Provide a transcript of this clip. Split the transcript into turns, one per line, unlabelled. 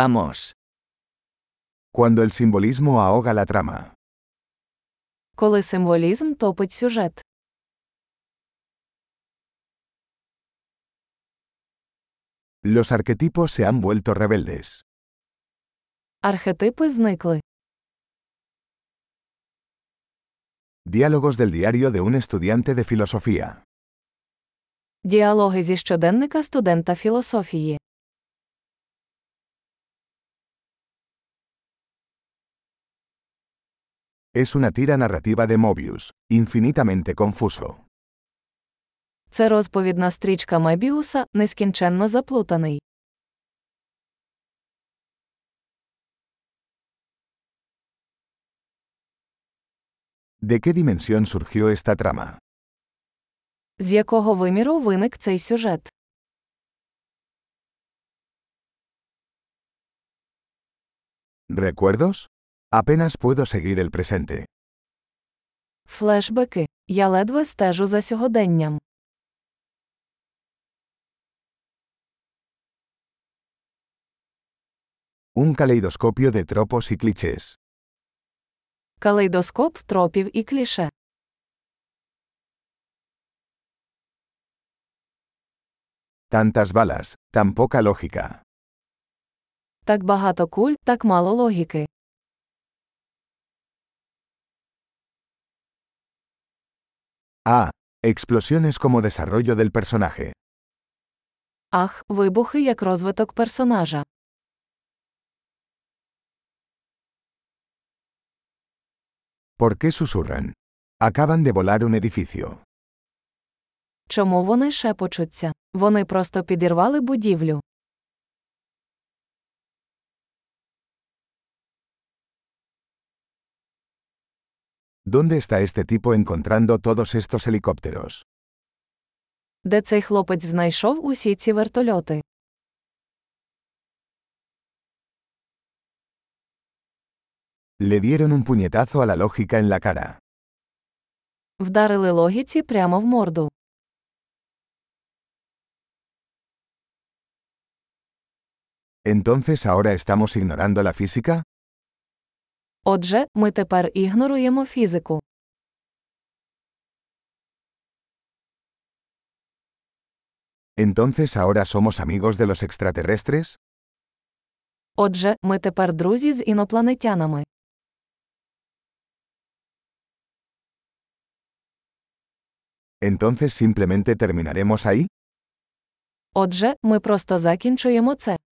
Vamos.
Cuando el simbolismo ahoga la trama.
Коли символізм топить сюжет.
Los arquetipos se han vuelto rebeldes.
Архетипи зникли.
Diálogos del diario de un estudiante de filosofía.
Діалоги зі щоденника студента філософії.
Es una tira narrativa de Mobius, infinitamente confuso.
Це розповідна стрічка Мебіуса, нескінченно заплутаний.
¿De qué dimensión surgió esta trama?
З якого виміру виник цей сюжет?
¿Recuerdos? Apenas puedo seguir el presente.
Флешбеки. Я ледве стежу за сьогоденням.
Un caleidoscopio de tropos y clichés.
Калейдоскоп тропів і кліше.
Tantas balas, tan poca lógica.
Так багато куль, так мало логіки.
Ah, explosiones como desarrollo del personaje.
Ах, вибухи як розвиток персонажа.
¿Por qué susurran? Acaban de volar un edificio.
Чому вони шепочуться? Вони просто підірвали будівлю.
¿Dónde está este tipo encontrando todos estos helicópteros?
Де цей хлопець знайшов усі ці вертольоти?
Le dieron un puñetazo a la lógica en la cara.
Вдарили логіці прямо в морду.
¿Entonces ahora estamos ignorando la física?
Отже, ми тепер ігноруємо фізику.
¿Entonces ahora somos amigos de los extraterrestres?
Отже, ми тепер друзі з інопланетянами.
¿Entonces simplemente terminaremos ahí?
Отже, ми просто закінчуємо це.